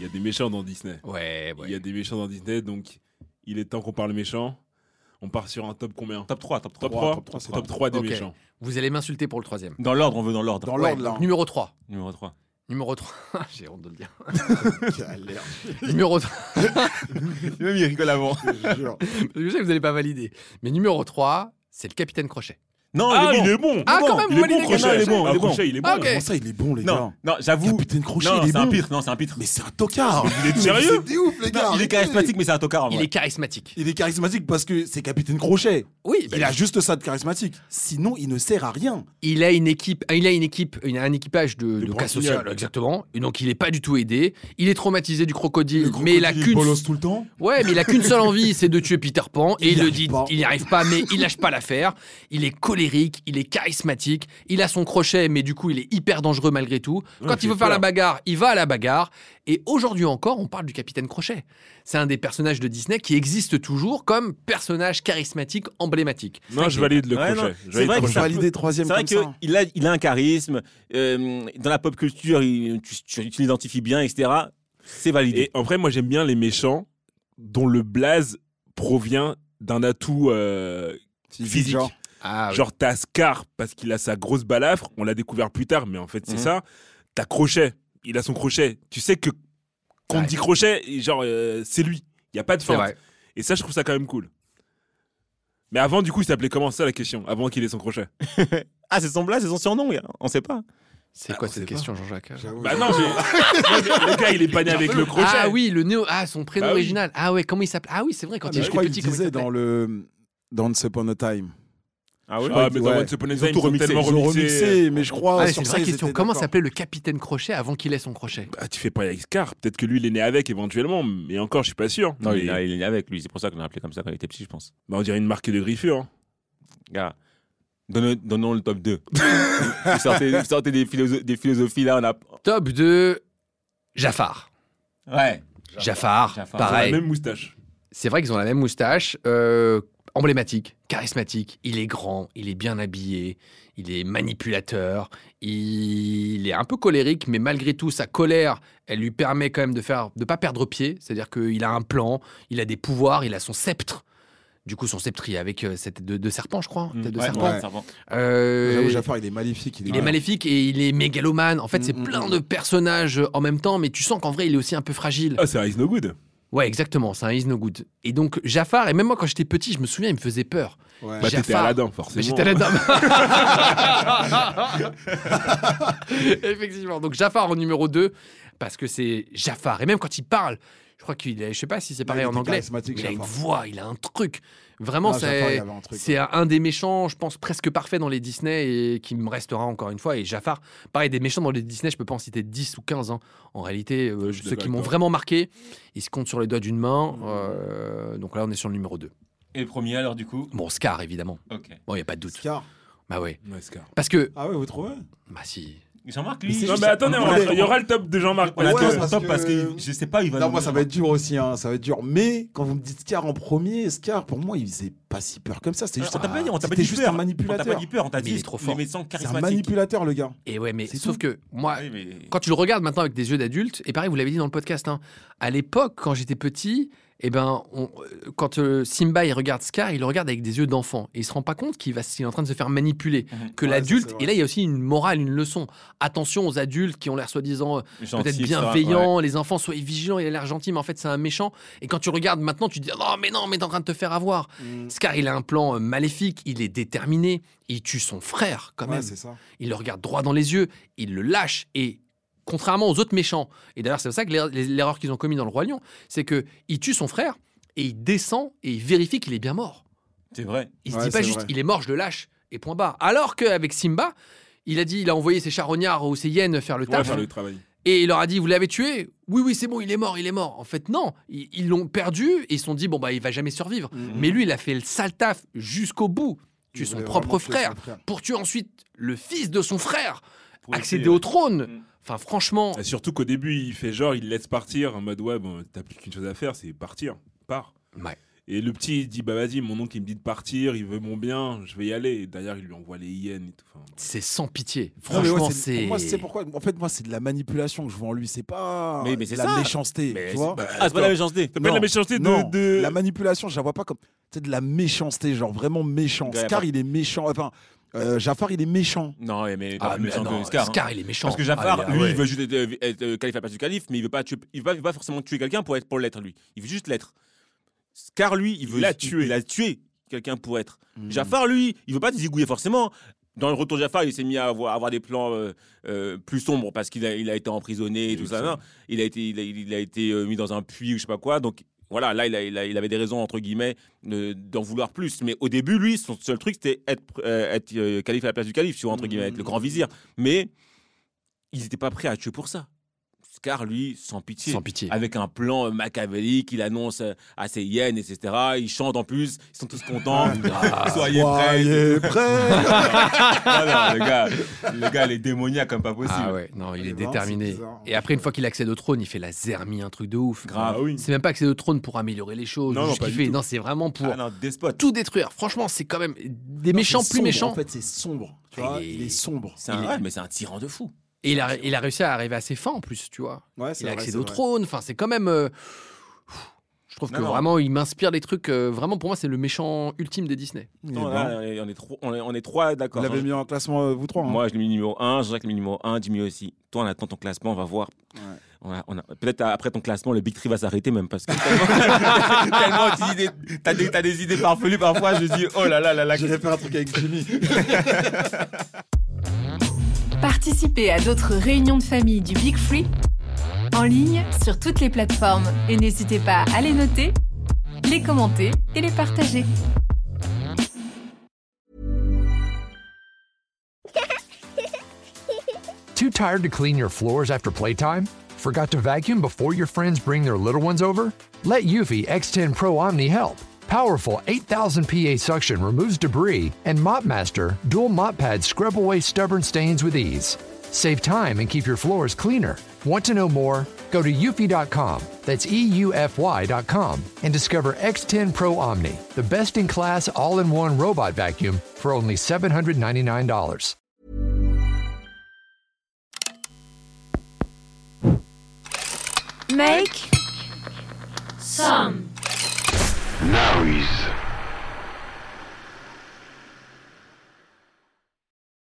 Il y a des méchants dans Disney. Ouais, Il y a des méchants dans Disney, donc il est temps qu'on parle méchants. On part sur un top combien Top 3, top 3. Top 3 Top 3, C'est top 3 des Ok. méchants. Vous allez m'insulter pour le troisième. Dans l'ordre, on veut dans l'ordre. dans Ouais, l'ordre, là. donc numéro 3. Numéro 3. Numéro 3. J'ai honte de le dire. Galère, numéro 3. Même il rigole avant. je te jure. Je sais que vous n'allez pas valider. Mais numéro 3, c'est le capitaine Crochet. Non, Ah, il est bon. bon Ah, quand même, Il est vous bon, validez Crochet, il est bon, Ah, il est bon. Crochet, il est Ah, bon. ok. Comment ça, il est bon, les Non, gars non, j'avoue. Capitaine Ah, Crochet, non, il est c'est un bon. pitre. Non, c'est un pitre. Mais c'est un tocard Il est sérieux C'est des ouf, les gars il est arrêtez. charismatique, mais c'est un Ah tocard. en Il vrai. est charismatique. Il est charismatique parce que c'est Capitaine Crochet. Oui, bah, Il a juste ça de charismatique. Sinon, il ne sert à rien. il a une équipe, il a une équipe, il a un équipage de, de cas branquignoles. social, exactement. Et donc il n'est pas du tout aidé. Il est traumatisé du crocodile, gros mais il a crocodile qu'une, bolosse tout le temps. ouais, mais il a qu'une seule envie, c'est de tuer Peter Pan. Et Il il, y le arrive dit, pas. il n'y arrive pas, mais il lâche pas l'affaire. Il est colérique, il est charismatique, il a son crochet, mais du coup il est hyper dangereux malgré tout. Quand il il veut fait faire la peur. bagarre, il va à la bagarre. Et aujourd'hui encore, on parle du capitaine Crochet. C'est un des personnages de Disney qui existe toujours comme personnage charismatique emblématique. Non, je valide le Ouais, non, crochet. Je c'est vrai valide le que ça crochet. peut- Validé troisième C'est vrai comme ça. qu'il a, il a un charisme. euh, dans la pop culture, il- tu, tu- tu l'identifies bien, etc. C'est validé. Et en vrai, moi, j'aime bien les méchants dont le blaze provient d'un atout euh, physique. genre. Genre, Ah, oui. t'as Scar parce qu'il a sa grosse balafre. On l'a découvert plus tard, mais en fait, c'est Mhm. ça. T'as Crochet. Il a son crochet. Tu sais que quand Ouais. on dit Crochet, genre, euh, c'est lui. Il n'y a pas de c'est fin. vrai. Et ça, je trouve ça quand même cool. Mais avant, du coup, il s'appelait comment ça la question Avant qu'il ait son crochet. Ah, c'est son blaze, c'est son surnom, gars. on sait pas. C'est Ah, quoi on sait cette pas. question, Jean-Jacques Bah non, mais le gars, il est pas né avec le crochet. Ah oui, le néo. Ah, son prénom Bah oui. original. Ah ouais, comment il s'appelle Ah oui, c'est vrai, quand il Mais je était crois qu'il petit, comment il disait dans s'appelait le dans Once Upon a Time. Ah Ah, oui mais dans Ouais. Once Upon a Ils ont Time, ils tout ont remixé, tellement Ils ont remixé. remixé, mais je crois. Ah, c'est sur une ça, vraie ils question. étaient Comment d'accord. s'appelait le capitaine Crochet avant qu'il ait son crochet Bah, tu fais pas avec Scar. Peut-être que lui, il est né avec éventuellement, mais encore, je suis pas sûr. Non, Mais- il, est- il est avec lui, c'est pour ça qu'on l'a appelé comme ça quand il était petit, je pense. Bah, on dirait une marque de griffure. hein. Gars, donnons, donnons le top 2. vous sortez, vous sortez des, philoso- des philosophies là, on a. Top 2, Jafar. Ouais. Jafar, Jafar. Ils ont la pareil. même moustache. C'est vrai qu'ils ont la même moustache. euh, emblématique, charismatique. Il est grand, il est bien habillé, il est manipulateur, il est un peu colérique, mais malgré tout, sa colère, elle lui permet quand même de faire, de pas perdre pied. C'est-à-dire qu'il a un plan, il a des pouvoirs, il a son sceptre. Du coup, son sceptre, il est avec euh, cette tête de, de serpent, je crois. tête de serpent. ouais. Euh, J'avoue, Jafar, il est maléfique. il est maléfique et il est mégalomane. En fait, c'est Mm, mm, plein mm. de personnages euh, en même temps, mais tu sens qu'en vrai, il est aussi un peu fragile. Ah, c'est Ice No Good. Ouais, exactement, c'est un is no good. Et donc, Jafar, et même moi, quand j'étais petit, je me souviens, il me faisait peur. Ouais. Bah, t'étais Jafar. Aladdin, Mais forcément. j'étais à la dame. Effectivement. Donc, Jafar en numéro 2, parce que c'est Jafar. Et même quand il parle, je crois qu'il est, je sais pas si c'est Non, pareil il en était anglais, mais charismatique, il a une Jafar. voix, il a un truc. Vraiment, Ah, Jafar, il c'est. avait un truc, C'est un des méchants, je pense, presque parfait dans les Disney et qui me restera encore une fois. Et Jafar, pareil, des méchants dans les Disney, je peux pas en citer 10 ou 15. hein. En réalité, Je euh, suis ceux qui d'accord m'ont avec toi. vraiment marqué, ils se comptent sur les doigts d'une main. euh, donc là, on est sur le numéro 2. Mmh. Et le premier alors du coup Bon, Scar, évidemment. Ok. Bon, il n'y a pas de doute. Scar. Bah ouais. Ouais, Scar. Parce que. Ah ouais, vous trouvez Bah si. Jean-Marc Mais c'est lui. Non, juste mais attendez, un- on- Ouais. il y aura le top de Jean-Marc. On Ouais, attend parce que- le parce top que- parce que je sais pas, Bah, il va. Non, nous- moi, ça va être dur aussi. hein, Ça va être dur. Mais quand vous me dites Scar en premier, Scar, pour moi, il faisait pas si peur comme ça. Ah, C'était On juste, t'a pas dit, on t'a pas c'était dit juste peur. un On t'a manipulateur. pas dit peur, on t'a Mais il dit est trop fort. les médecins C'est un charismatiques. manipulateur, le gars. Et ouais, mais C'est sauf tout. que Ah moi, Ah Oui, mais- quand tu le regardes maintenant avec des yeux d'adulte, et pareil, vous l'avez dit dans le podcast, hein, à l'époque, quand j'étais petit, eh ben, on- euh, quand euh, Simba il regarde Scar, il le regarde avec des yeux d'enfant. Et il se rend pas compte qu'il va, qu'il est en train de se faire manipuler. Mhm. Que Ouais, ça, l'adulte, c'est vrai. et là il y a aussi une morale, une leçon. Attention aux adultes qui ont l'air soi-disant euh, Gentil, peut-être etc. bienveillant, les enfants soyez vigilants, il a l'air gentil, mais en fait c'est un méchant. Et quand tu regardes maintenant, tu te dis non mais non, mais t'es en train de te faire avoir. Mhm. Scar, il a un plan euh, maléfique, il est déterminé, il tue son frère quand Ouais, même. c'est ça. il le regarde droit dans les yeux, il le lâche et contrairement aux autres méchants. Et d'ailleurs c'est pour ça que l'er- les- l'erreur qu'ils ont commise dans le roi lion, c'est que il tue son frère. et il descend et il vérifie qu'il est bien mort. C'est vrai. Il se Ouais, dit pas c'est juste vrai. il est mort, je le lâche et point barre. Alors qu'avec Simba, il a dit il a envoyé ses charognards ou ses hyènes faire le On va taf faire le travail. et il leur a dit vous l'avez tué Oui oui, c'est bon, il est mort, il est mort. En fait non, ils ils l'ont perdu et ils se sont dit bon bah il va jamais survivre. Mais lui, il a fait le sale taf jusqu'au bout. Tuer Mhm. Il son voulait propre vraiment tuer frère son frère. pour tuer ensuite le fils de son frère, Pour accéder essayer, au ouais. Mm. trône. Enfin franchement, Et surtout qu'au début, il fait genre, il laisse partir en mode ouais, bon, t'as plus qu'une chose à faire, c'est partir, pars. Ouais. Et le petit il dit bah vas-y, mon oncle il me dit de partir, il veut mon bien, je vais y aller. Et derrière, il lui envoie les hyènes et tout. Enfin, c'est sans pitié. Non, mais ouais, Franchement, c'est- pour c'est Moi, c'est pourquoi. En fait, moi, c'est de la manipulation que je vois en lui. C'est pas Mais- mais c'est de la ça. méchanceté. tu vois Bah, Ah, c'est pas la méchanceté. Ça peut être la méchanceté de- non, de- La manipulation, je la vois pas comme. C'est de la méchanceté, genre vraiment méchant. Ouais, Scar, pas- il est méchant. Enfin, euh, Jafar, il est méchant. Non, mais- mais Ah, pas plus mais méchant non, que Scar. hein. Scar, il est méchant. Parce que Jafar, Ah, il est- lui, ouais. il veut juste être, euh, être, euh, calife à la place du calife, mais il veut pas, tuer- il va, il va forcément tuer quelqu'un pour être pour l'être lui. Il veut juste l'être. Scar, lui, il veut l'a il- tué. Il a tué Hmm. quelqu'un pour être. Jafar, lui, il veut pas se zigouiller forcément. Dans le retour de Jafar, il s'est mis à avoir, à avoir des plans euh, euh, plus sombres parce qu'il a, il a été emprisonné et tout ça. non. Il a été, il a, il a été euh, mis dans un puits ou je sais pas quoi. Donc voilà, là, il, a- il a- il avait des raisons entre guillemets de- d'en vouloir plus. Mais au début, lui, son seul truc, c'était être, euh, être, euh, calife à la place du calife, tu vois, entre guillemets, être le grand vizir. Mais ils n'étaient pas prêts à tuer pour ça. Scar, lui, sans pitié. Sans pitié. Avec un plan euh, machiavélique, il annonce euh, à ses hyènes, etc. Ils chantent en plus, ils sont tous contents. Soyez prêts. Ah, Soyez prêts. Ah non, le gars, le gars, il est démoniaque comme pas possible. Ah ouais, non, il Il est est marrant, Eh ben, c'est déterminé. bizarre. Et après, une fois qu'il accède au trône, il fait la zermie, un truc de ouf. Grave. Ah oui. C'est même pas accéder au trône pour améliorer les choses, Non, non, juste pas du kiffer. tout. Non, c'est vraiment pour Ah non, despote. tout détruire. Franchement, c'est quand même des méchants C'est plus sombre, méchants. En fait, c'est sombre. Tu Ah, vois, il est- il est sombre. C'est un, Il est- ouais, mais c'est un tyran de fou. Et il a, il a réussi à arriver à ses fins en plus, tu vois. Ouais, Il a accédé c'est au trône. Enfin, c'est quand même. euh, Je trouve que Non, non. vraiment, il m'inspire des trucs. euh, vraiment, pour moi, c'est le méchant ultime des Disney. Il est Non, marrant. là, on est- on, est trois- on est- on est trois, Vous d'accord. hein. l'avez mis en classement, euh, vous trois. hein. Moi, je l'ai mis numéro 1, Jean-Jacques l'a mis numéro 1, Jimmy aussi. Toi, on attend ton classement, on va voir. On a- on a- Peut-être à- après ton classement, le Big Tree va s'arrêter même parce que tellement, tellement tu dis des- t'as des, t'as des idées farfelues parfois, je dis oh là là là là. Je vais faire un truc avec Jimmy. Participez à d'autres réunions de famille du Big Free en ligne sur toutes les plateformes et n'hésitez pas à les noter, les commenter et les partager. Too tired to clean your floors after playtime? Forgot to vacuum before your friends bring their little ones over? Let Eufy X10 Pro Omni help. Powerful 8000 PA suction removes debris, and MopMaster dual mop pads scrub away stubborn stains with ease. Save time and keep your floors cleaner. Want to know more? Go to eufy.com, that's E E-U-F-Y.com, and discover X10 Pro Omni, the best-in-class all-in-one robot vacuum for only $799. Make Noise.